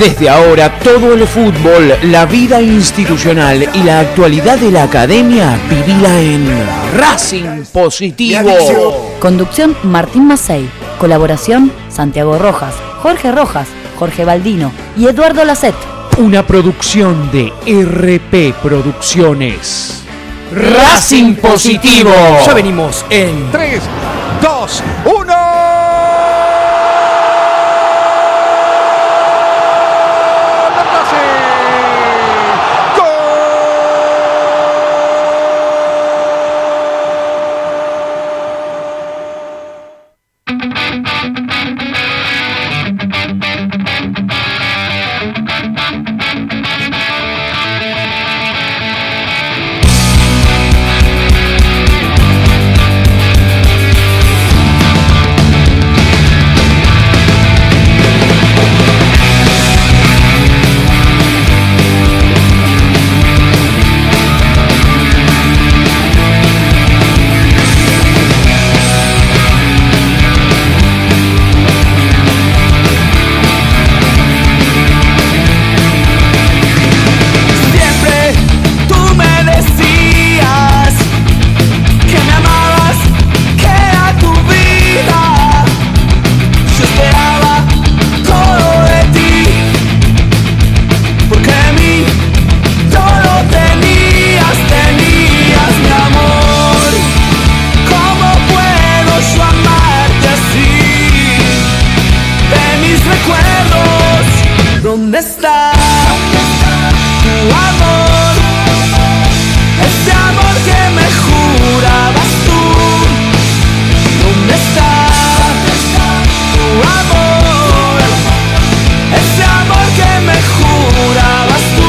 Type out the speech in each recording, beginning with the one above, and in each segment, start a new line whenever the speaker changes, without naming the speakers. Desde ahora, todo el fútbol, la vida institucional y la actualidad de la academia, vivila en Racing Positivo.
Conducción Martín Macei. Colaboración Santiago Rojas, Jorge Rojas, Jorge Baldino y Eduardo Lacet.
Una producción de RP Producciones. Racing Positivo.
Ya venimos en
3, 2, 1.
Siempre tú me decías que me amabas, que era tu vida. Yo esperaba todo de ti, porque en mí todo tenías, tenías mi amor. ¿Cómo puedo yo amarte así? de mis recuerdos. ¿Dónde está tu amor? Ese amor que me jurabas tú. ¿Dónde está tu amor? Ese amor que me jurabas tú.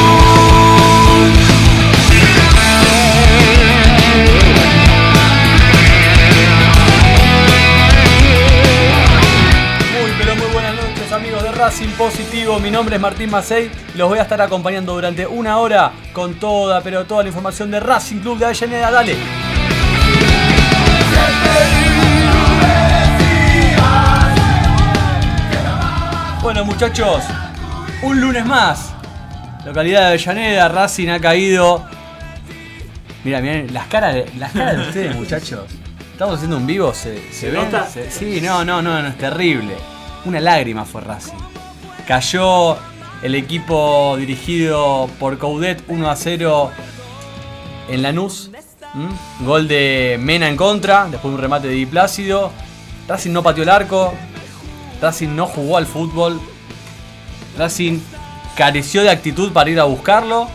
Muy, pero muy buenas noches amigos de Racing Positivo. Mi nombre es Martín Macei y los voy a estar acompañando durante una hora con toda, pero toda la información de Racing Club de Avellaneda. Dale. Bueno muchachos, un lunes más. Localidad de Avellaneda, Racing ha caído. Mira, miren las caras de, las caras de ustedes muchachos. Estamos haciendo un vivo, se, se ven?
nota?
Se- sí, no, no, no, no, es terrible. Una lágrima fue Racing. Cayó el equipo dirigido por Coudet 1 a 0 en Lanús. ¿Mm? Gol de Mena en contra, después un remate de Di Plácido. Racing no pateó el arco. Racing no jugó al fútbol. Racing careció de actitud para ir a buscarlo.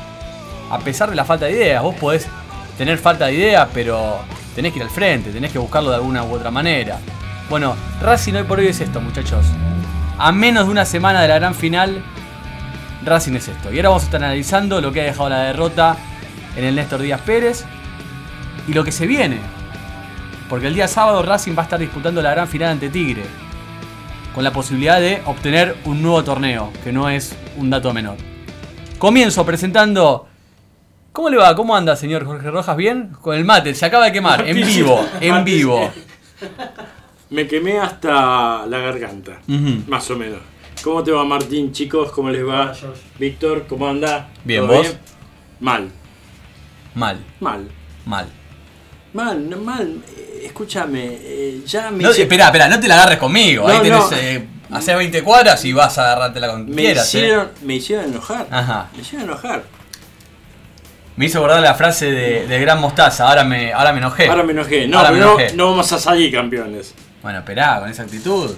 A pesar de la falta de ideas, vos podés tener falta de ideas, pero tenés que ir al frente, tenés que buscarlo de alguna u otra manera. Bueno, Racing hoy por hoy es esto, muchachos. A menos de una semana de la gran final, Racing es esto. Y ahora vamos a estar analizando lo que ha dejado la derrota en el Néstor Díaz Pérez y lo que se viene. Porque el día sábado Racing va a estar disputando la gran final ante Tigre. Con la posibilidad de obtener un nuevo torneo, que no es un dato menor. Comienzo presentando. ¿Cómo le va? ¿Cómo anda, señor Jorge Rojas? ¿Bien? Con el mate, se acaba de quemar, en vivo, en vivo.
Me quemé hasta la garganta,
Ujú.
más o menos. ¿Cómo te va Martín, chicos? ¿Cómo les va? Víctor, ¿cómo anda?
Bien,
¿Todo
¿vos?
Mal,
Mal,
mal,
mal.
mal, no, mal. Eh, escúchame, eh, ya me
No,
hice-
esperá, esperá, no te la agarres conmigo. Ahí
No,
tenés.
no.
eh, hacés 20 cuadras y vas a agarrártela con
me,
quieras. eh.
hicieron, me hicieron enojar.
Ajá.
Me hicieron enojar.
Me hizo acordar la frase de, del Gran Mostaza. Ahora me, ahora me enojé.
Ahora me enojé.
Eh,
No,
Ahora me
pero no-
enojé.
no vamos a salir campeones.
Bueno, esperá, con esa actitud.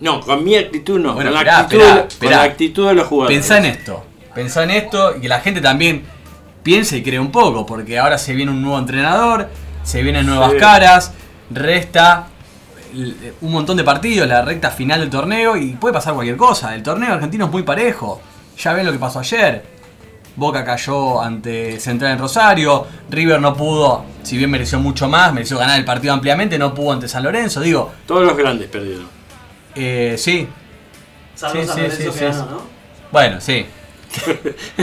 No, con mi actitud no.
Bueno,
con,
esperá,
la actitud,
esperá,
con
esperá.
la actitud de los jugadores.
Pensá en esto. Pensá en esto y que la gente también piense y cree un poco, porque ahora se viene un nuevo entrenador, se vienen nuevas
Sí.
caras, resta eh, un montón de partidos, la recta final del torneo y puede pasar cualquier cosa. El torneo argentino es muy parejo. Ya ven lo que pasó ayer. Boca cayó ante Central en Rosario, River no pudo, si bien mereció mucho más, mereció ganar el partido ampliamente, no pudo ante San Lorenzo. Digo,
Todos los grandes perdieron.
eh, sí,
Salvo
Sí,
San
sí,
Lorenzo
sí,
que
sí,
ganó, ¿no?
bueno, sí.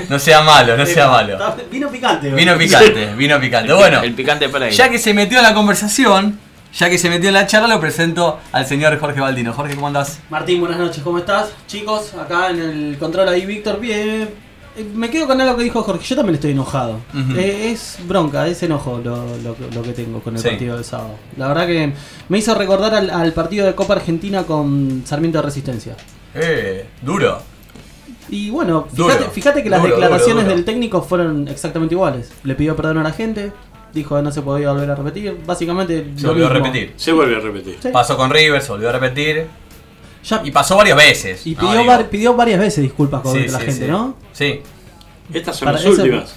No sea malo, no sea malo.
Eh, Está- Vino picante. hoy.
Vino picante, vino picante. Bueno,
El picante para ahí.
ya que se metió en la conversación, Ya que se metió en la charla, lo presento al señor Jorge Baldino. Jorge, ¿cómo andás?
Martín, buenas noches, ¿cómo estás? Chicos, acá en el control ahí, Víctor, bien. Eh, Me quedo con algo que dijo Jorge, yo también estoy enojado.
Ujú.
Eh, es bronca, es enojo lo, lo que- lo que tengo con el
Sí.
partido del sábado. La verdad que me hizo recordar al, al partido de Copa Argentina con Sarmiento de Resistencia.
Eh, duro.
Y bueno,
Duro,
fíjate, fíjate que las
duro,
declaraciones
duro, duro.
del técnico fueron exactamente iguales. Le pidió perdón a la gente, dijo que no se podía volver a repetir, básicamente...
Se
lo
volvió a
mismo.
repetir.
Se vuelve a repetir.
Sí.
Pasó con River, se volvió a repetir.
Ya-
Y pasó varias veces.
y
¿no?
pidió,
Digo,
var- pidió varias veces disculpas con
sí,
la
sí,
gente,
sí.
¿no?
Sí.
Estas son
Para
las
eso-
últimas.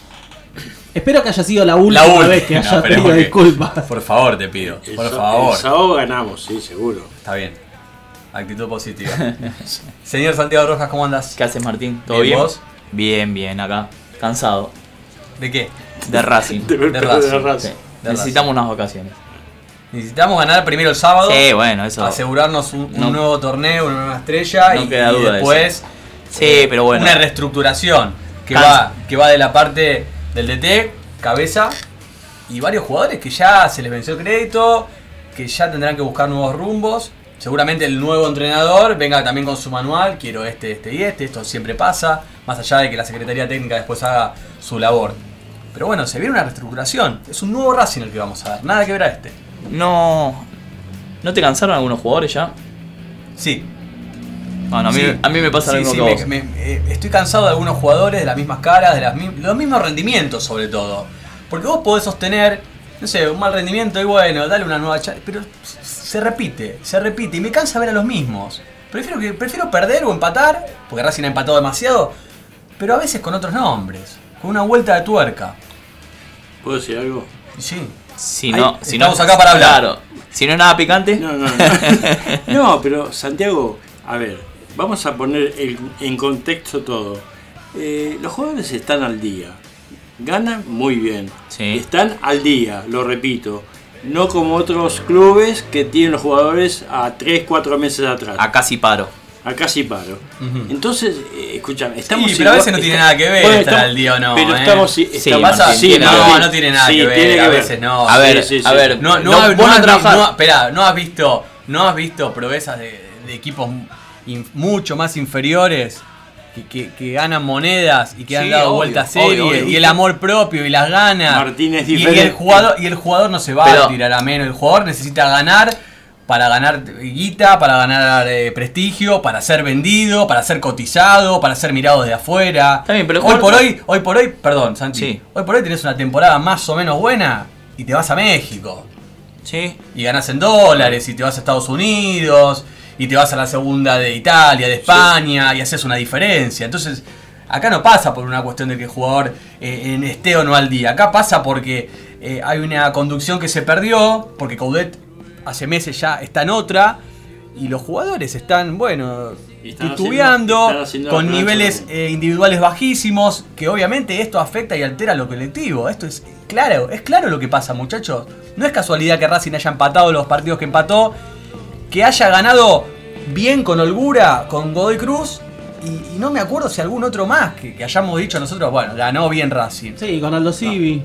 Espero que haya sido la última,
última.
vez que haya
No, pero
pedido
porque-
disculpas.
Por favor, te pido.
El
Por
sa-
favor.
El sábado ganamos, sí, seguro.
Está bien. Actitud positiva. señor Santiago Rojas, ¿cómo andás?
¿Qué haces, Martín? ¿Todo
Bien,
bien?
¿vos?
Bien, bien, acá. Cansado.
¿De qué?
De Racing.
De ver
De
perder
Racing,
a Racing.
Sí. Necesitamos unas vacaciones.
Necesitamos ganar primero el sábado.
Sí, bueno, eso.
asegurarnos un, un
No.
nuevo torneo, una nueva estrella
No
y,
queda
y
duda de
después eh,
Sí, pero bueno.
una reestructuración que va,
Cansa.
que va de la parte del DT, cabeza y varios jugadores que ya se les venció el crédito, que ya tendrán que buscar nuevos rumbos. Seguramente el nuevo entrenador venga también con su manual, quiero este, este y este, esto siempre pasa, más allá de que la Secretaría Técnica después haga su labor. Pero bueno, se viene una reestructuración, es un nuevo Racing el que vamos a ver, nada que ver a este.
No. ¿No te cansaron algunos jugadores ya?
Sí,
Bueno, a mí,
Sí.
a mí me pasa lo
Sí,
mismo
sí,
que vos.
me- me- eh, estoy cansado de algunos jugadores, de las mismas caras, de las mi- los mismos rendimientos sobre todo. Porque vos podés sostener, no sé, un mal rendimiento y bueno, dale una nueva chance. Pero s- se repite, se repite y me cansa ver a los mismos. Prefiero, que, prefiero perder o empatar, porque Racing ha empatado demasiado, pero a veces con otros nombres, con una vuelta de tuerca.
¿Puedo decir algo?
Y Sí.
Si no,
Ahí,
si no,
estamos acá para hablar.
Claro. Si no es nada picante,
No, no, no. No, pero Santiago, a ver, vamos a poner el- en contexto todo. Eh, los jugadores están al día. Ganan muy bien.
Sí.
Están al día, lo repito. No como otros clubes que tienen los jugadores a 3, 4 meses atrás.
acá sí paro.
Acá sí paro.
Ujú.
Entonces, eh, escúchame, estamos
pero a veces no
esta-
tiene nada que ver estar al día o no,
Pero
¿eh?
estamos,
Sí,
estamos
pasa- tiene-
Martín,
no,
no tiene nada
sí,
que ver,
tiene
a veces no.
A
Sí,
ver,
sí,
a
sí.
ver.
No, no,
no,
has,
vos no
no has vi-
trabajás.
no- esperá, no has visto, no has visto proezas de, de equipos in- mucho más inferiores que, que- que ganan monedas y que han
Sí,
dado
obvio,
vueltas
obvio,
series
obvio.
y el amor propio y las ganas.
Martín es
Y- Y, el
diferente.
jugador y el jugador no se va
Pero-
a tirar a menos. El jugador necesita ganar para ganar guita, para ganar eh, prestigio, para ser vendido, para ser cotizado, para ser mirado de afuera.
Está bien, pero el
hoy por
jugador-
hoy, hoy por hoy, perdón, Santi,
Sí.
hoy por hoy tenés una temporada más o menos buena y te vas a México
Sí.
y ganas en dólares y te vas a Estados Unidos y te vas a la segunda de Italia, de España y haces una diferencia. Entonces, acá no pasa por una cuestión de que el jugador eh, en esté o no al día. Acá pasa porque eh, hay una conducción que se perdió, porque Coudet hace meses ya está en otra y los jugadores están, bueno,
Y están haciendo-
titubeando
están haciendo
con
la
niveles
plancha.
eh, individuales bajísimos, que obviamente esto afecta y altera lo colectivo. Esto es claro, es claro lo que pasa, muchachos. No es casualidad que Racing haya empatado los partidos que empató, que haya ganado bien con holgura con Godoy Cruz. Y, y no me acuerdo si algún otro más que, que hayamos dicho nosotros, bueno, ganó bien Racing.
Sí, con Aldo Civi.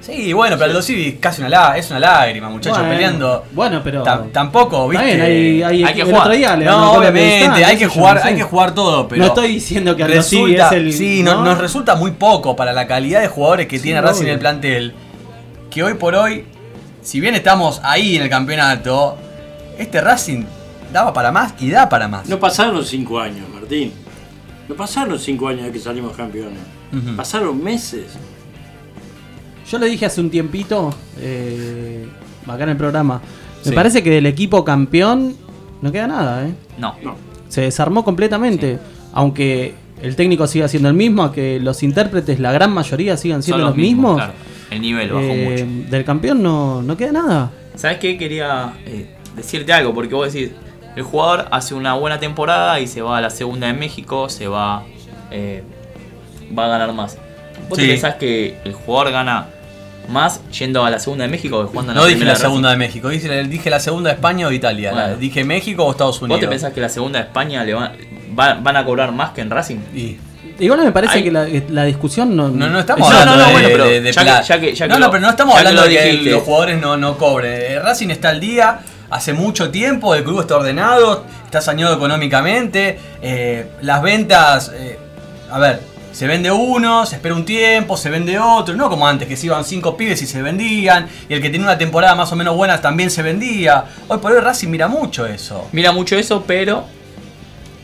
Sí, bueno, pero Aldo Civi casi una lá- es una lágrima, muchachos,
Bueno,
peleando.
Bueno, pero.
Tam- tampoco,
Está
¿viste?
bien, hay- hay
hay que
el
jugar.
otro día le ganó
no,
Colo
obviamente,
Cristal,
hay
qué
que
sé yo,
jugar,
no sé.
hay que jugar todo, pero
No estoy diciendo que Aldo Civi
resulta,
es el.
sí, no- nos resulta muy poco para la calidad de jugadores que
Sí,
tiene Racing en
obvio.
el plantel. Que hoy por hoy, si bien estamos ahí en el campeonato, este Racing daba para más y da para más.
No pasaron cinco años, Martín. No pasaron cinco años de que salimos campeones.
Ujú.
Pasaron meses.
Yo lo dije hace un tiempito, eh, acá en el programa. Me
Sí.
parece que del equipo campeón no queda nada, ¿eh?
No.
No.
Se desarmó completamente. Aunque el técnico siga siendo el mismo, que los intérpretes, la gran mayoría, sigan siendo
Son
los, mismos.
claro. El nivel bajó
eh,
mucho.
Del campeón no, no queda nada.
¿Sabes qué? Quería eh, decirte algo, porque vos decís, el jugador hace una buena temporada y se va a la segunda de México, se va, eh, va a ganar más. ¿Vos
Sí.
pensás que el jugador gana más yendo a la segunda de México que jugando en la
No dije
primera
la
de Racing?
segunda de México, dije, dije la segunda de España o de Italia.
Bueno.
la- dije México o Estados
¿Vos
Unidos.
te pensás que la segunda de España le va- va- van a cobrar más que en Racing?
Y-
Igual me parece
Hay-
que la, eh, la discusión no,
No, no estamos
No,
hablando
no, no,
de,
bueno, pero
de- de
ya que-
plata.
ya que- ya que
no, no,
lo-
pero no estamos
ya que
hablando
lo
de que
dijiste.
los jugadores no, no cobren. Eh, Racing está al día, hace mucho tiempo, el club está ordenado, está saneado económicamente, eh, las ventas, eh, a ver, se vende uno, se espera un tiempo, se vende otro, no como antes, que se iban cinco pibes y se vendían, y el que tenía una temporada más o menos buena también se vendía. Hoy por hoy Racing mira mucho eso.
Mira mucho eso, pero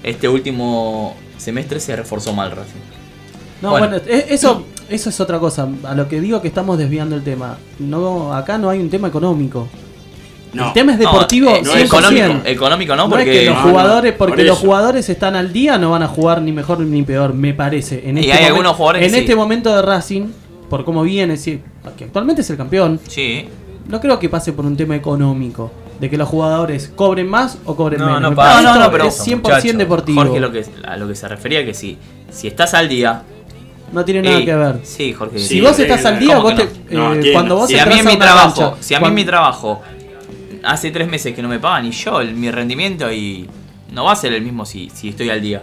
este último semestre se reforzó mal Racing.
No,
Bueno.
bueno, e- eso, eso es otra cosa. A lo que digo que estamos desviando el tema. No, acá no hay un tema económico.
No.
el tema es
No,
deportivo
eh,
100%.
económico, económico no,
No es
porque
que los
No, no,
jugadores,
por
porque los
eso.
jugadores están al día, no van a jugar ni mejor ni peor, me parece. En
Y
este
hay
momen-
algunos jugadores que
En
sí.
este momento de Racing, por cómo viene, sí, que actualmente es el campeón,
sí,
no creo que pase por un tema económico. De que los jugadores cobren más o cobren
No,
menos.
no
Me
pasa.
parece
No, no,
esto
no, pero
es 100%
muchacho,
deportivo.
Jorge lo que, a lo que se refería que si, si estás al día.
No tiene nada
Ey,
que ver.
Sí, Jorge.
Sí,
Si vos
sí,
estás
sí,
al día,
¿cómo
vos
que
te,
no?
eh,
No, tiene.
cuando vos
si a mí
entras
en mi
una
trabajo,
cancha,
si a mí en
cuan-
mi trabajo hace tres meses que no me pagan y yo el- mi rendimiento y no va a ser el mismo si, si estoy al día.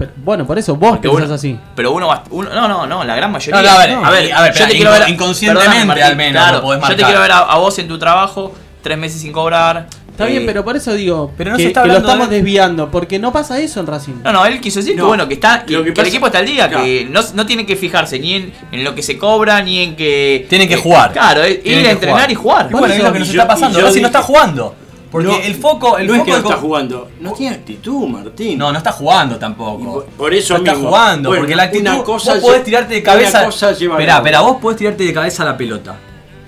Pero, bueno, por eso vos
Porque
pensás
uno-
así.
Pero uno va, uno, no, no, no, la gran mayoría.
No, no, a ver, y- a ver,
yo
espera,
te quiero ver
inconscientemente
perdóname,
al menos lo podés
yo te
marcar.
quiero ver a, a vos en tu trabajo tres meses sin cobrar.
Está
eh,
bien, pero por eso digo
Pero no
que,
se está
que lo
hablando
estamos
de-
desviando, porque no pasa eso en Racing.
No, no, él quiso decir que
No,
bueno, que está que,
lo que
que el
pasa-
equipo está al día, que no, no tiene que fijarse ni en, en lo que se cobra, ni en que.
Tienen que
eh,
jugar.
Claro, eh,
Tienen
ir
que
a entrenar
jugar.
y jugar.
Y bueno, es lo que
Y
nos
yo-
está pasando.
y yo
Racing no
dije-
está jugando. Porque
No,
el foco. El
no
foco
es que no
de co-
está jugando. No tiene actitud, Martín.
No, no está jugando
Y
tampoco.
por- por eso
no está
mismo.
jugando,
Bueno,
porque la actitud.
una cosa
vos podés
lle-
tirarte de
una
cabeza.
cosa lleva a la
Esperá,
otra.
esperá, vos podés tirarte de cabeza a la pelota.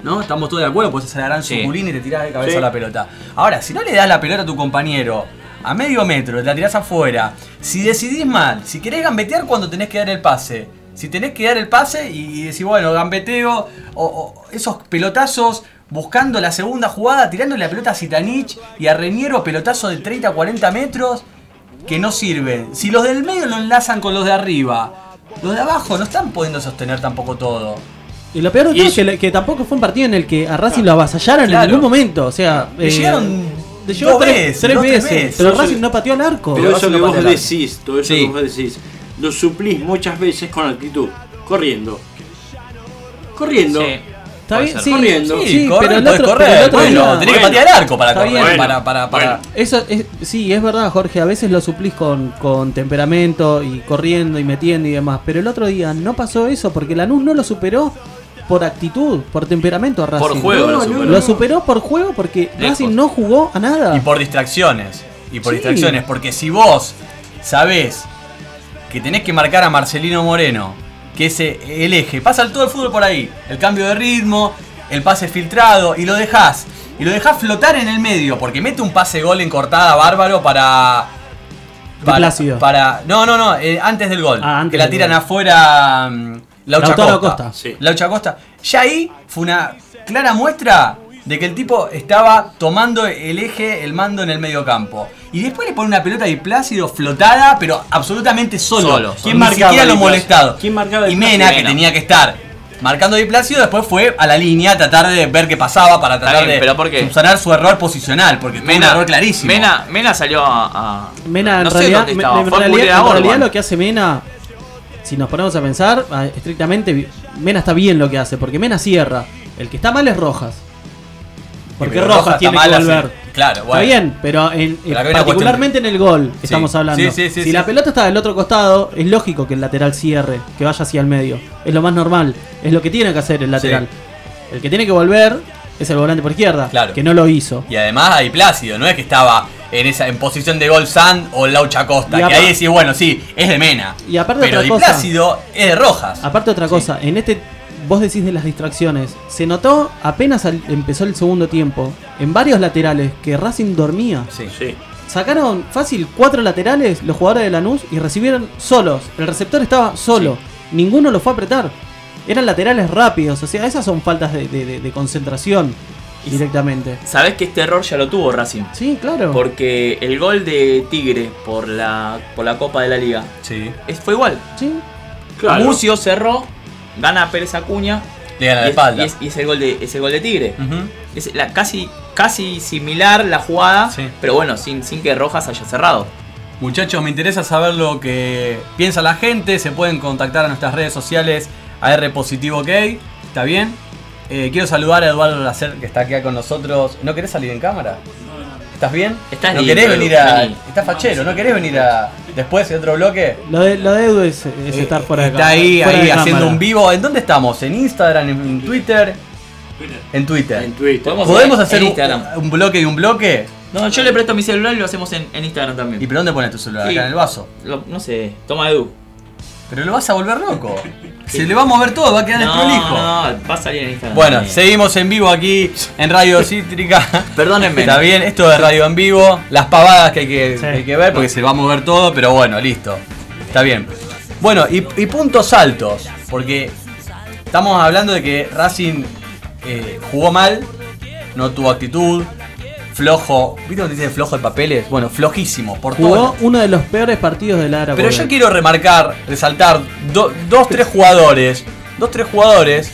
¿No? Estamos todos de acuerdo, podés hacer la gran
Sí.
suculina y te tirás de cabeza
Sí.
a la pelota. Ahora, si no le das la pelota a tu compañero a medio metro, la tirás afuera, si decidís mal, si querés gambetear cuando tenés que dar el pase, si tenés que dar el pase y, y decís, bueno, gambeteo, o, o esos pelotazos buscando la segunda jugada, tirándole la pelota a Zitanich y a Reñero, pelotazo de 30 40 metros, que no sirven. Si los del medio lo enlazan con los de arriba, los de abajo no están pudiendo sostener tampoco todo.
Y lo peor de
Y
todo es
eso-
que, le- que tampoco fue un partido en el que a Racing lo avasallaron
Claro.
en ningún momento. O sea, eh,
Le llegaron
le llegó
dos
tres,
veces,
tres
dos, tres
veces,
veces.
Pero
Yo
Racing
soy-
no pateó al arco.
Pero eso
Racing
que
no
vos
patea
decís, todo eso
Sí.
que vos decís, lo suplís muchas veces con actitud, corriendo. Corriendo.
Sí,
Está
puede
bien,
ser.
sí,
corriendo.
sí,
Sí, correr,
pero el
podés
otro,
correr.
pero el otro
bueno,
día-
tenés que
Bueno.
patear el arco para
Está
correr,
bien.
para, para, para.
Bueno.
Eso es, sí, es verdad, Jorge. A veces lo suplís con, con temperamento y corriendo y metiendo y demás. Pero el otro día no pasó eso porque Lanús no lo superó por actitud, por temperamento a Racing.
Por juego
No,
lo
no,
superó.
Lo superó por juego porque
Lejos.
Racing no jugó a nada.
Y por distracciones. Y por
Sí.
distracciones. Porque si vos sabés que tenés que marcar a Marcelino Moreno, que es eh, el eje, pasa el- todo el fútbol por ahí. El cambio de ritmo, el pase filtrado, y lo dejás. Y lo dejás flotar en el medio, porque mete un pase gol en cortada bárbaro para.
De
Para,
Plácido.
para- No, no, no, eh, antes del gol.
Ah, antes
que la
del
tiran
gol.
afuera. mm, Laucha
Lautaro
Costa.
Costa.
Sí.
Laucha Costa. Ya ahí fue una clara muestra de que el tipo estaba tomando el eje, el mando en el medio campo. Y después le pone una pelota de Plácido flotada, pero absolutamente solo.
Solo, solo.
¿Quién
Ni
marcaba
siquiera
lo
Di Plácido?
molestado?
¿Quién marcaba Di
Y Mena,
Plácido?
que
Mena.
tenía que estar marcando de Plácido, después fue a la línea a tratar de ver qué pasaba para
Está
tratar
bien,
de
pero ¿por qué?
subsanar su error posicional, porque fue un error clarísimo.
Mena, Mena salió a. a-
Mena en
no sé
realidad,
dónde
me-
estaba,
en
fue a
realidad-
putear a
en
Orban.
realidad lo que hace Mena, si nos ponemos a pensar, a- estrictamente, vi- Mena está bien lo que hace, porque Mena cierra. El que está mal es Rojas. Porque
Pero
Rojas,
Rojas
tiene
está
que
mal hace-
volver.
claro,
Está
bueno.
bien, pero en-
Pero acá hay una
particularmente en el gol estamos hablando.
sí, sí, sí,
si
sí.
la pelota está del otro costado, es lógico que el lateral cierre, que vaya hacia el medio. Es lo más normal, es lo que tiene que hacer el lateral. El que tiene que volver es el volante por izquierda,
Claro.
que no lo hizo.
Y además ahí Plácido, no es que estaba en esa en posición de gol Sand o Laucha Costa,
Y
que
apa-
ahí decís, bueno, sí, es de Mena.
Y aparte
pero
otra
Di
cosa.
Plácido es de Rojas.
Aparte otra cosa, en este vos decís de las distracciones, se notó apenas al- empezó el segundo tiempo en varios laterales que Racing dormía.
Sí.
Sí.
Sacaron fácil cuatro laterales los jugadores de Lanús y recibieron solos. El receptor estaba solo, ninguno lo fue a apretar. Eran laterales rápidos, o sea, esas son faltas de, de- de- de concentración directamente.
Sabés que este error ya lo tuvo Racing.
Sí, claro.
Porque el gol de Tigre por la, por la Copa de la Liga
Sí.
es- fue igual.
Sí.
Claro.
Murcio cerró, gana Pérez Acuña.
Le gana
y
la
es-
espalda.
y es, y es el gol de, es el gol de Tigre.
Ujú.
Es la, casi, casi similar la jugada,
Sí.
pero bueno, sin, sin que Rojas haya cerrado.
Muchachos, me interesa saber lo que piensa la gente. Se pueden contactar a nuestras redes sociales a R Positivo Gay. ¿Está bien? Eh, quiero saludar a Eduardo Lacer, que está acá con nosotros. ¿No querés salir en cámara? ¿Estás bien?
Estás
¿No
bien,
querés
Edu,
venir a.?
vení.
Estás fachero, ¿no querés venir a. Después de otro bloque?
Lo de, lo de Edu es, es estar fuera de
Eh, Está
cámara,
ahí,
fuera
ahí
de
haciendo
cámara.
un vivo. ¿En dónde estamos? ¿En Instagram? ¿En Twitter? En Twitter.
En Twitter.
Podemos-
¿Podemos
en
hacer un,
Instagram.
un bloque y un bloque?
No, yo le presto mi celular y lo hacemos en, en Instagram
¿Y
también.
pero dónde pones tu celular?
Sí.
Acá en el vaso.
Lo- no sé, toma Edu.
Pero lo vas a volver loco. Se le va a mover todo, va a quedar el prolijo.
no, va a salir en Instagram.
Bueno,
también.
seguimos en vivo aquí en Radio Cítrica.
Perdónenme.
Está bien, esto de radio en vivo, las pavadas que hay que,
Sí.
hay que ver porque se va a mover todo, pero bueno, listo. Está bien. Bueno, y, y puntos altos, porque estamos hablando de que Racing eh, jugó mal, no tuvo actitud, flojo. ¿Viste cuando dicen flojo de papeles? Bueno, flojísimo, por todo.
Jugó uno de los peores partidos del área.
Pero yo quiero remarcar, resaltar do- dos, tres jugadores. Dos, tres jugadores.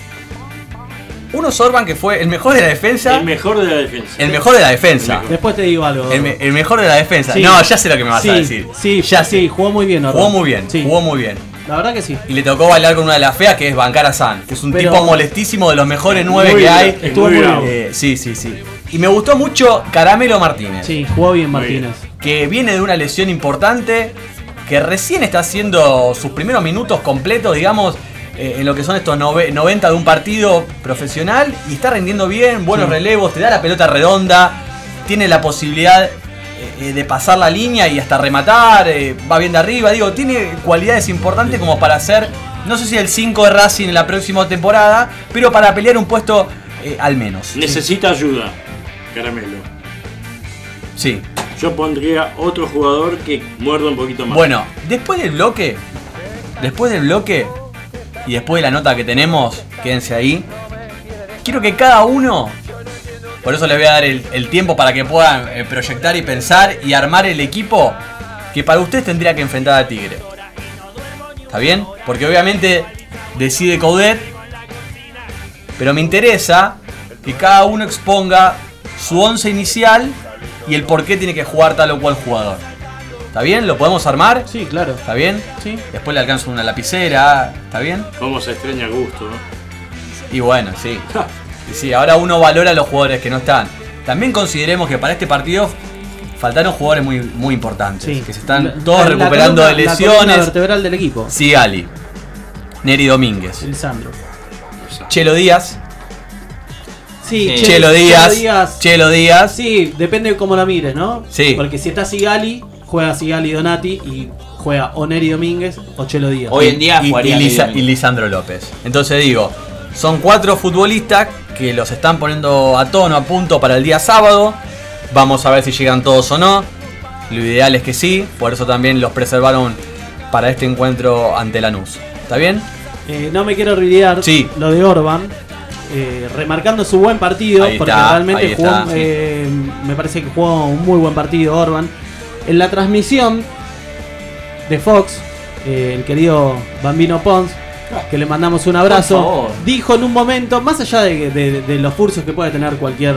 Uno es Orban, que fue el mejor de la defensa.
El mejor de la defensa.
El mejor de la defensa.
Después te digo algo.
El, me- el mejor de la defensa.
Sí.
No, ya sé lo que me vas
sí,
a decir.
Sí,
ya
sí,
sé.
jugó muy bien. Orban.
Jugó muy bien,
Sí,
jugó muy bien.
La verdad que sí.
Y le tocó bailar con una de las feas que es Bancar a San, que es un
Pero-
tipo molestísimo de los mejores nueve
Muy
que
bien,
hay.
estuvo muy bravo.
Eh, sí, sí, sí. Y me gustó mucho Caramelo Martínez,
Sí, jugó bien
Muy bien.
Martínez.
que viene de una lesión importante, que recién está haciendo sus primeros minutos completos, digamos, eh, en lo que son estos nove- 90 de un partido profesional, y está rindiendo bien, buenos
Sí.
relevos, te da la pelota redonda, tiene la posibilidad eh, eh, de pasar la línea y hasta rematar, eh, va bien de arriba, digo, tiene cualidades importantes como para ser, no sé si el 5 de Racing en la próxima temporada, pero para pelear un puesto eh, al menos.
Necesita ayuda, Caramelo.
Sí.
Yo pondría otro jugador que muerda un poquito más.
Bueno, después del bloque, después del bloque y después de la nota que tenemos, quédense ahí. Quiero que cada uno, por eso les voy a dar el, el tiempo para que puedan eh, proyectar y pensar y armar el equipo que para ustedes tendría que enfrentar a Tigre. ¿Está bien? Porque obviamente decide Coudet, pero me interesa que cada uno exponga su once inicial y el por qué tiene que jugar tal o cual jugador. ¿Está bien? ¿Lo podemos armar?
Sí, claro.
¿Está bien?
Sí.
Después le alcanzo una lapicera, ¿está bien?
Vamos a extrañar gusto, ¿no?
Y bueno, sí. Y sí, ahora uno valora a los jugadores que no están. También consideremos que para este partido faltaron jugadores muy, muy importantes.
Sí.
Que se están
La-
todos
la
recuperando de
columna- La columna
lesiones.
vertebral del equipo.
Sigali, Neri Domínguez,
El Sandro.
Chelo Díaz,
Sí,
Sí.
Che-
Chelo Díaz, Chelo Díaz.
Sí, depende de cómo la mires, ¿no?
Sí.
Porque si está Sigali, juega Sigali Donati y juega Oneri Domínguez o Chelo Díaz.
Hoy en día
y,
jugaría
y
medio
Lisa-
minuto.
y Lisandro López. Entonces digo, son cuatro futbolistas que los están poniendo a tono, a punto para el día sábado. Vamos a ver si llegan todos o no. Lo ideal es que sí, por eso también los preservaron para este encuentro ante Lanús. ¿Está bien?
Eh, no me quiero olvidar
Sí.
lo de Orban. eh, remarcando su buen partido,
Ahí
porque
está, ahí
realmente jugó,
está, sí.
eh, me parece que jugó un muy buen partido Orban. En la transmisión de Fox, eh, el querido Bambino Pons, que le mandamos un abrazo,
favor.
dijo en un momento, más allá de, de- de los furcios que puede tener cualquier,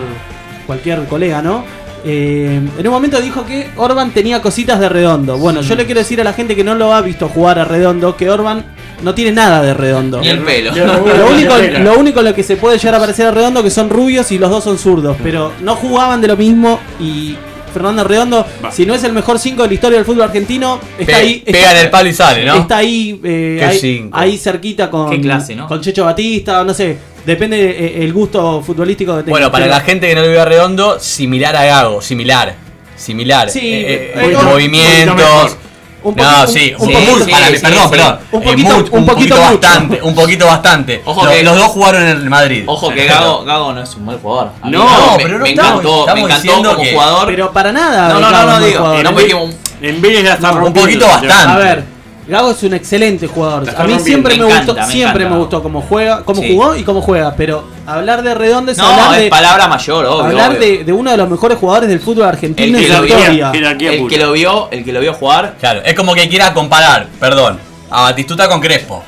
cualquier colega, ¿no? Eh, en un momento dijo que Orban tenía cositas de redondo. Bueno, yo le quiero decir a la gente que no lo ha visto jugar a redondo que Orban no tiene nada de redondo.
Ni el pelo.
Lo único, lo único en lo que se puede llegar a parecer a Redondo que son rubios y los dos son zurdos, pero no jugaban de lo mismo y Fernando Redondo,
Va.
si no es el mejor 5 de la historia del fútbol argentino, está
Pe-
ahí
pega
está,
en el palo y sale, ¿no?
está ahí, eh,
Qué
ahí,
cinco.
ahí cerquita con,
Qué clase, ¿no?
con Checho Batista, no sé, depende eh, el gusto futbolístico que tenga.
Bueno, para
Pero-
la gente que no lo vio a redondo, similar a Gago, similar. Similar.
Sí,
Eh, eh,
un poquito-
un poquito
movimientos.
mejor.
un poqui-
no,
un-
sí,
un
sí,
poquito-
sí, para,
sí,
perdón,
sí.
perdón.
Un
Eh,
poquito-
mucho-
un poquito mucho.
bastante, un poquito bastante.
Ojo
Lo-
que-
los dos jugaron en el Madrid.
Ojo que Gago, Gago no es un mal jugador. A mí
No,
Gago
pero no
me
estamos-
encantó,
estamos
me encantó
diciendo
como
que-
jugador.
Pero para nada.
no, no,
Gago
no,
es
no,
buen
digo.
jugador.
que No me equivo-
En Vélez la está
Un
rompiendo.
poquito
ya.
bastante.
A ver, Gago es un excelente jugador.
La está
A mí
rompiendo.
siempre me,
Me encanta,
gustó,
me
siempre
encanta.
me gustó cómo juega, cómo
Sí.
jugó y cómo juega, pero hablar de Redondo es
No,
hablar
es
de
palabra mayor, obvio.
hablar
obvio.
de, de uno de los mejores jugadores del fútbol argentino en
El que
la
lo
historia.
Jerarquía
el
pura.
que lo vio, el que lo vio jugar,
Claro, es como que quiera comparar, perdón, a Batistuta con Crespo.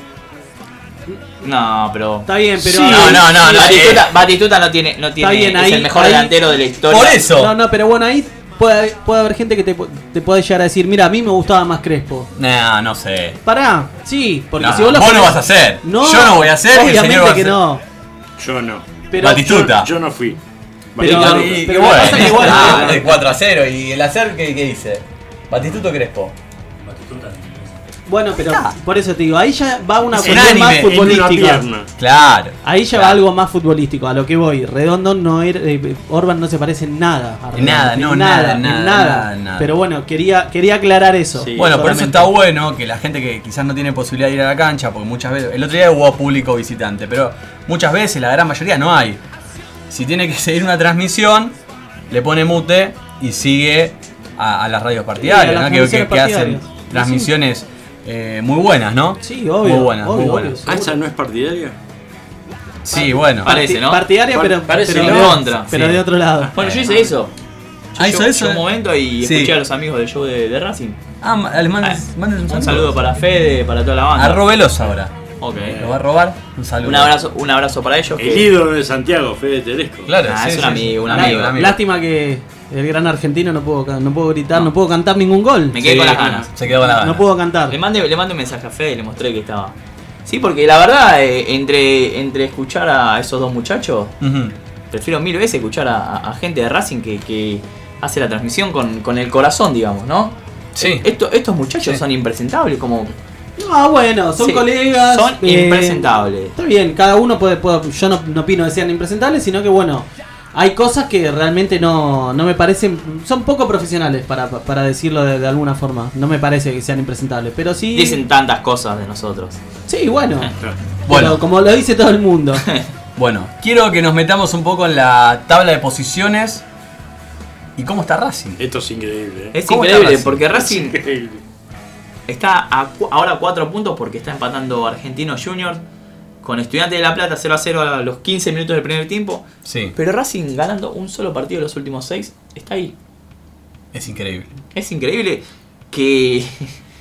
no, pero
Está bien, pero
Sí,
No, Ah, no, no, no,
eh.
Batistuta, Batistuta no tiene, no
Está
tiene
bien,
es
ahí-
el mejor
ahí-
delantero de la historia.
Por eso.
no, no, pero bueno, ahí puede, puede haber gente que te, pu- te puede llegar a decir, mira, a mí me gustaba más Crespo.
Nah, no sé.
Pará, sí, porque
No,
si vos lo
vos no
ponés-
vas a hacer. Yo no voy a hacer y el
Obviamente
señor va a
que
hacer.
no.
Yo no.
Pero
Batistuta.
Yo no fui.
Pero-
Vale,
pero-
y-
pero
y
la
bueno,
cosa es que igual-
ah, de 4 a 0. ¿Y el hacer qué, qué dice? ¿Batistuto o Crespo?
Bueno, pero por eso te digo, ahí ya va una
Es
cuestión más
unánime, es una
futbolística.
pierna.
Claro.
Ahí ya va algo más futbolístico, a lo que voy. Redondo no era. eh, Orban no se parece en nada. a Redondo,
nada,
en
no, nada,
en
nada, nada, nada.
Pero bueno, quería, quería aclarar eso.
Sí.
Bueno, por eso
solamente.
está bueno que la gente que quizás no tiene posibilidad de ir a la cancha, porque muchas veces. El otro día hubo público visitante, pero muchas veces, la gran mayoría, no hay. Si tiene que seguir una transmisión, le pone mute y sigue a, a las radios partidarias,
Sí, a las
¿no? Que- que, que
transmisiones
hacen
partidarias.
transmisiones eh, muy buenas, ¿no?
Sí, obvio.
Muy buenas,
obvio,
muy
obvio,
buenas.
seguro.
¿Ansa Ah, no es partidaria?
Sí, bueno.
Vale. Parece, ¿no?
Partidaria,
Par-
pero,
parece
pero,
en
de,
contra,
pero
sí.
de otro lado.
Bueno, yo hice eso. Yo
Ah, hizo
yo-
eso,
yo
eh.
un momento y
Sí.
escuché a los amigos del show de, de Racing.
Ah, ma- les mandes-
Ah,
mandes
un saludo para Fede, para toda la banda.
A Robelos ahora.
Ok.
Lo va a robar. Un saludo.
Un abrazo, un abrazo para ellos.
El
Que,
ídolo de Santiago, Fede Teresco.
Claro,
Ah,
sí,
es un
sí,
amigo,
sí.
un amigo.
un
Lástima que el gran argentino no puedo, ca- no puedo gritar, no. puedo cantar ningún gol.
me quedé con las ganas.
Se quedó con la
No puedo cantar.
Le mandé, le mandé un mensaje a Fede y le mostré que estaba. Sí, porque la verdad, eh, entre, entre escuchar a esos dos muchachos, prefiero mil veces escuchar a, a- a gente de Racing que, que hace la transmisión con, con el corazón, digamos, ¿no?
Sí.
Eh,
Esto- estos muchachos
Sí.
son impresentables, como.
Ah, bueno, son
Sí,
colegas. eh,
son impresentables.
Está bien, cada uno puede, puede- yo no, no opino que sean impresentables, sino que bueno, hay cosas que realmente no, no me parecen, son poco profesionales para, para decirlo de, de alguna forma. No me parece que sean impresentables, pero sí...
Dicen tantas cosas de nosotros.
Sí, bueno.
Bueno.
Pero como lo dice todo el mundo.
Bueno, quiero que nos metamos un poco en la tabla de posiciones y cómo está Racing.
Esto es increíble. ¿eh?
Es
¿Cómo está
increíble,
Racing?
porque Racing
Increíble.
está a cu- ahora a cuatro puntos porque está empatando Argentino Junior con Estudiantes de La Plata 0 a 0 a los 15 minutos del primer tiempo.
Sí,
Pero Racing ganando un solo partido de los últimos seis, está ahí.
es increíble.
Es increíble que,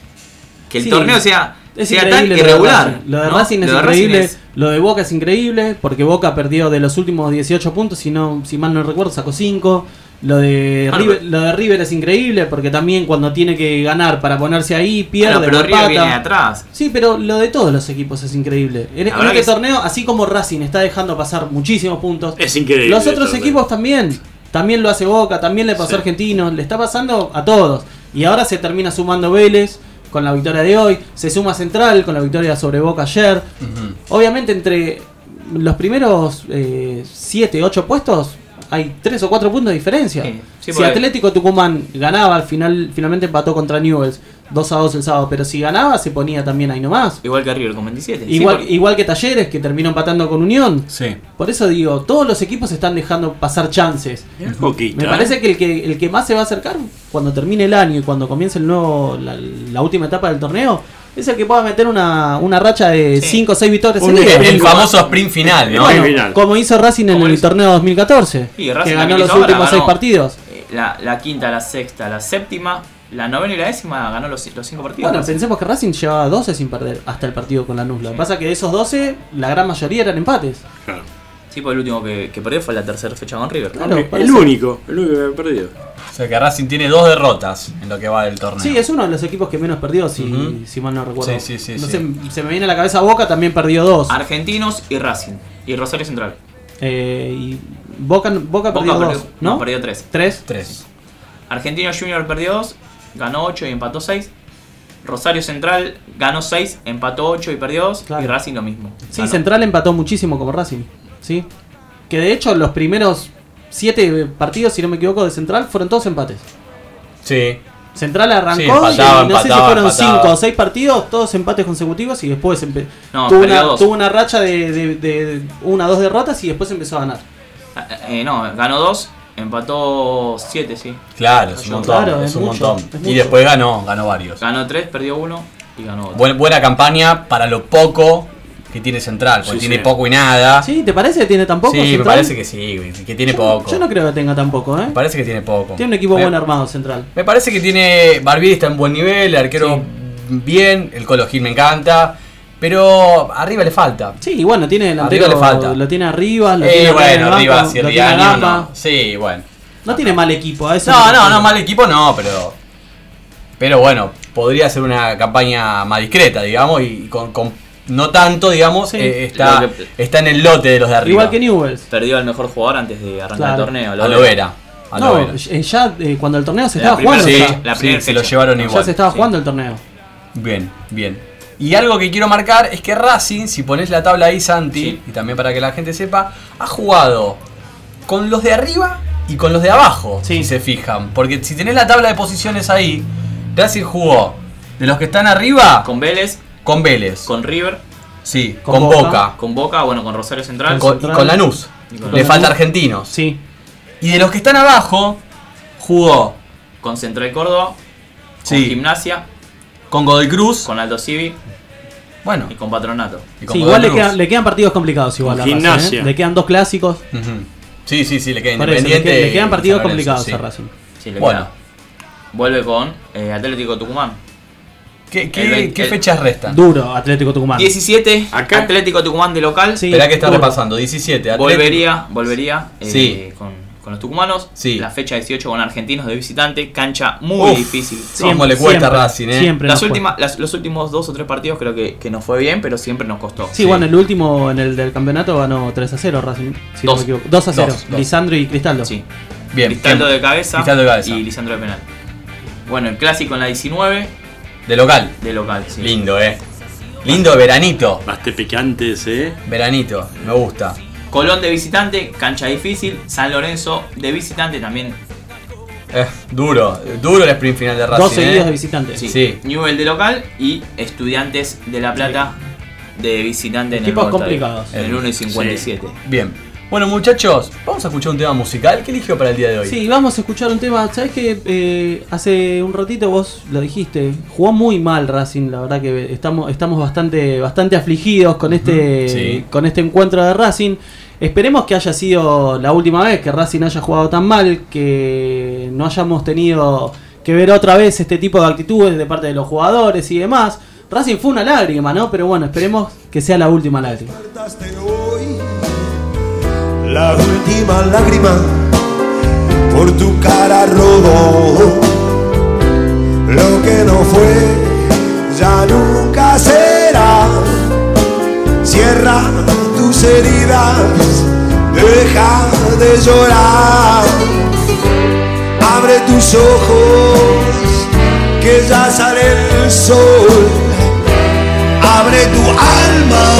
que el
Sí.
torneo sea,
Es
sea tan
increíble lo de
irregular.
Racing. Lo de
¿no?
Racing es
Lo de
increíble.
es-
Lo de Boca es increíble. Porque Boca perdió de los últimos 18 puntos. Si, no, si mal no recuerdo, sacó 5. Lo de,
Bueno,
River,
pero-
lo de River es increíble. Porque también cuando tiene que ganar para ponerse ahí, pierde.
Bueno, Ah, pero
por
River
pata.
viene de atrás.
Sí, pero lo de todos los equipos es increíble. En, en
verdad
este
que sí.
torneo, así como Racing está dejando pasar muchísimos puntos,
Es increíble.
los otros
esto, ¿eh?
equipos también. También lo hace Boca, también le pasó a Argentinos, le está pasando a todos. Y ahora se termina sumando Vélez con la victoria de hoy, se suma Central con la victoria sobre Boca ayer. Obviamente entre los primeros 7, 8 puestos hay 3 o 4 puntos de diferencia.
Sí, sí,
si
porque-
Atlético Tucumán ganaba, al final finalmente empató contra Newells 2 a 2 el sábado, pero si ganaba se ponía también ahí nomás.
Igual que River con 27. Sí,
Igual,
porque-
igual que Talleres, que terminó empatando con Unión.
Sí.
Por eso digo, todos los equipos están dejando pasar chances.
¿eh? Un poquito.
Me
¿eh?
parece que el, que el que más se va a acercar cuando termine el año y cuando comience el nuevo, la, la última etapa del torneo, es el que pueda meter una, una racha de
Sí.
5 o 6 victorias
Un
seguidas.
El,
ejemplo.
famoso sprint final, ¿no?
Bueno,
Bueno,
final.
como hizo Racing en
Como
el
hizo.
torneo 2014,
Sí,
que
Racing
ganó los
habilitó, ahora
últimos 6
ganó.
partidos.
eh, la, la quinta, la sexta, la séptima, la novena y la décima ganó los, los cinco partidos.
Bueno, pensemos que Racing llevaba 12 sin perder hasta el partido con la Lo que pasa que de esos 12, la gran mayoría eran empates.
Claro.
sí, porque el último que, que perdió fue la tercera fecha con River.
Claro, por
el
eso.
único, el único que había perdido.
O sea que Racing tiene dos derrotas en lo que va del torneo.
Sí, es uno de los equipos que menos perdió, si,
Ujú.
si mal no recuerdo.
Sí, sí, sí,
No
sí.
sé, se me viene a la cabeza Boca, también perdió dos.
Argentinos y Racing. Y Rosario Central.
Eh, y Boca, Boca, Ah, perdió
Boca
dos, ¿no?
perdió tres.
¿Tres?
Tres.
Argentino Junior perdió 2, ganó 8 y empató 6. Rosario Central ganó 6, empató 8 y perdió 2.
Claro.
Y Racing lo mismo.
Sí,
Ganó.
Central empató muchísimo como Racing, ¿sí? Que de hecho los primeros siete partidos, si no me equivoco, de Central fueron todos empates.
Sí.
Central arrancó
Sí, empataba,
y no sé si
empataba,
fueron
empataba.
cinco o seis partidos, todos empates consecutivos y después empe-
No,
tuvo,
perdió
una,
dos.
tuvo una racha de, de- de una o dos derrotas y después empezó a ganar.
Eh, eh, no, ganó 2, empató 7, sí.
Claro, es un montón.
Claro,
es,
es
un
mucho,
montón.
es
Y
mucho.
después ganó, ganó varios.
Ganó 3, perdió 1 y ganó 2.
Buen- buena campaña para lo poco que tiene Central, porque
Sí,
tiene
sí.
poco y nada.
¿Sí? ¿Te parece que tiene tan poco?
Sí, me
Central?
parece que sí, güey, que tiene poco.
Yo no creo que tenga tampoco, ¿eh?
Me parece que tiene poco.
Tiene un equipo
Me-
bueno armado Central.
Me parece que tiene. Barbieri está en buen nivel, el arquero bien, el Colo Gil me encanta, pero arriba le falta.
Sí, bueno, tiene delantero.
Arriba le falta.
Lo tiene arriba, lo
Eh,
tiene
bueno,
en el
arriba,
banco,
si
lo tiene a
Riaño,
Gamba.
no. Sí, bueno.
No tiene mal equipo. A eso
No,
me
no,
refiero.
no, mal equipo no, pero. Pero bueno, podría ser una campaña más discreta, digamos, y con, con- no tanto, digamos,
Sí.
eh, está,
Lo que-
está en el lote de los de arriba.
Igual que Newells.
Perdió al mejor jugador antes de arrancar
Claro.
el torneo.
A lo era. A lo
No,
era.
eh, ya eh, cuando el torneo se
La
estaba
primera-
jugando.
sí,
ya.
la
sí,
primera
se lo
fecha.
llevaron
Ya
igual.
se estaba
sí.
jugando el torneo.
Bien, bien. Y algo que quiero marcar es que Racing, si pones la tabla ahí, Santi,
Sí.
y también para que la gente sepa, ha jugado con los de arriba y con los de abajo,
Sí.
si se fijan. Porque si tenés la tabla de posiciones ahí, Racing jugó de los que están arriba con,
Con Vélez,
Vélez,
con River, ah,
sí,
con
con, Boca,
Boca,
con Boca, bueno, con Rosario Central.
con- y
Central.
con Lanús.
Y con
Le
Lanús.
falta Argentinos.
Sí.
Y de los que están abajo, jugó
con Central Córdoba,
Sí.
con Gimnasia,
con Godoy Cruz,
con Alto Civi
bueno,
y con Patronato.
y con
Sí,
Godoy
igual le
Cruz.
quedan, le quedan partidos complicados igual a Racing, ¿eh?
Gimnasia.
Le quedan dos clásicos.
Ujú. Sí, sí, sí, le queda
Por eso, le,
independiente.
que- le
y
quedan partidos
San Lorenzo,
complicados
sí.
a Racing.
Sí, le
Bueno.
queda. Vuelve con eh, Atlético Tucumán.
¿Qué, qué-
El veinte-
qué
el-
fechas restan?
Duro, Atlético Tucumán.
17,
Acá.
Atlético Tucumán de local.
Ah. Sí.
Esperá que está
duro.
repasando. 17. Atlético.
Volvería, volvería eh,
Sí.
con, con los tucumanos.
Sí.
La fecha 18 con argentinos de visitante. Cancha muy
Uf.
difícil.
Cómo le cuesta a Racing, eh.
Siempre
Las
nos cuesta.
últimas, las- los últimos dos o tres partidos creo que, que nos fue bien, pero siempre nos costó.
Sí, bueno, el último en el del campeonato ganó 3 a 0 Racing, si no
Dos.
me equivoco. 2 a 0,
Dos, dos.
Lisandro y Cristaldo.
Sí.
Bien.
Cristaldo
bien.
de cabeza,
Cristaldo de cabeza.
y Lisandro de penal. Bueno, el clásico en la 19
De local.
de local. sí.
Lindo, eh. Lindo veranito.
Baste picantes, ¿eh?
Veranito. Me gusta.
Colón de visitante, cancha difícil. San Lorenzo de visitante también.
Eh, duro. Duro el sprint final de Racing.
Dos seguidos
eh.
de visitantes.
Sí.
Sí.
Newell de local y Estudiantes de La Plata de visitante en
Equipos
el Volta,
complicados.
En el 1 y 57.
Bien. Bueno, muchachos, vamos a escuchar un tema musical. ¿Qué eligió para el día de hoy?
Sí, vamos a escuchar un tema. Sabes que hace un ratito vos lo dijiste, jugó muy mal Racing, la verdad que estamos, estamos bastante, bastante afligidos con este,
sí.
con este encuentro de Racing. Esperemos que haya sido la última vez que Racing haya jugado tan mal, que no hayamos tenido que ver otra vez este tipo de actitudes de parte de los jugadores y demás. Racing fue una lágrima, ¿no? Pero bueno, esperemos que sea la última lágrima.
despertaste hoy la última lágrima por tu cara rodó lo que no fue ya nunca será cierra tus heridas deja de llorar abre tus ojos que ya sale el sol abre tu alma,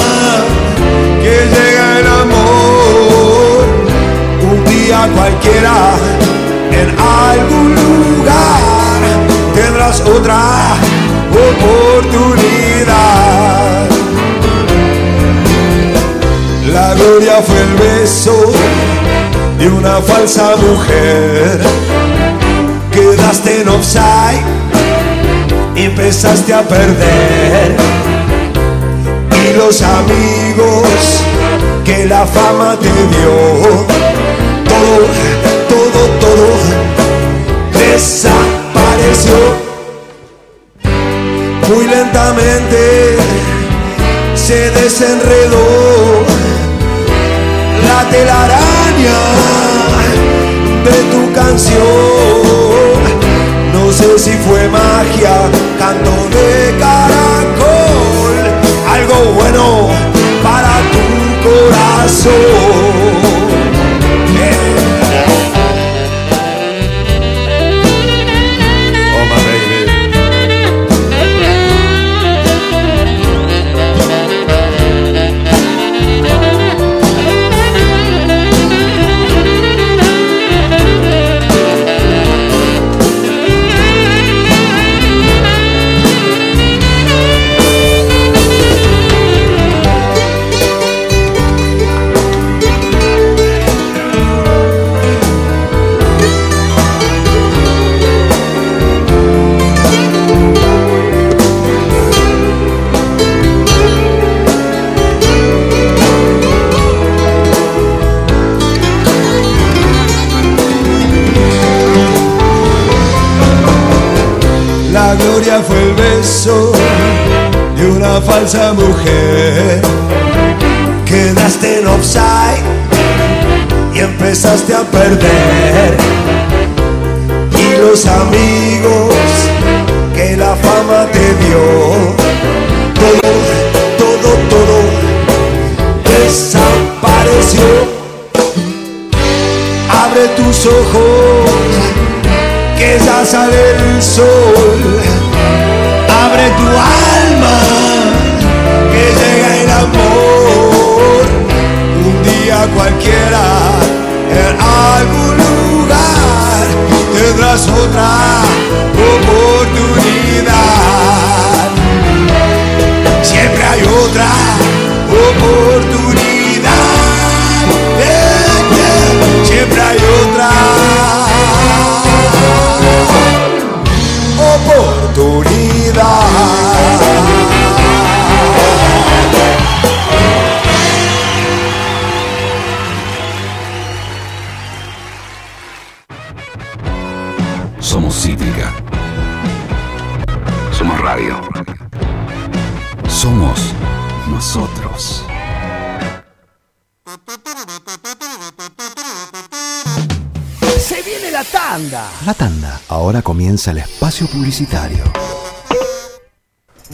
que llega el amor, un día cualquiera, en algún lugar, tendrás otra oportunidad. La gloria fue el beso de una falsa mujer, quedaste en offside y empezaste a perder y los amigos que la fama te dio. Todo, todo, todo desapareció. Muy lentamente se desenredó la telaraña de tu canción. No sé si fue magia, canto de caracol, algo bueno para tu corazón. Eh. Oh, my baby. La gloria fue el beso de una falsa mujer. Quedaste en offside y empezaste a perder. Y los amigos que la fama te dio, todo, todo, todo desapareció. Abre tus ojos, que ya sale el sol. Abre tu alma, que llega el amor. Un día cualquiera, en algún lugar, tendrás otra oportunidad. Siempre hay otra oportunidad. Eh, eh, Siempre hay otra oportunidad.
Somos Cítrica. Somos radio. Somos nosotros.
Se viene la tanda.
La tanda. Ahora comienza el espacio publicitario.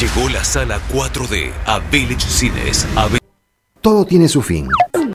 Llegó la sala 4D a Village Cines. A Ve-
Todo tiene su fin.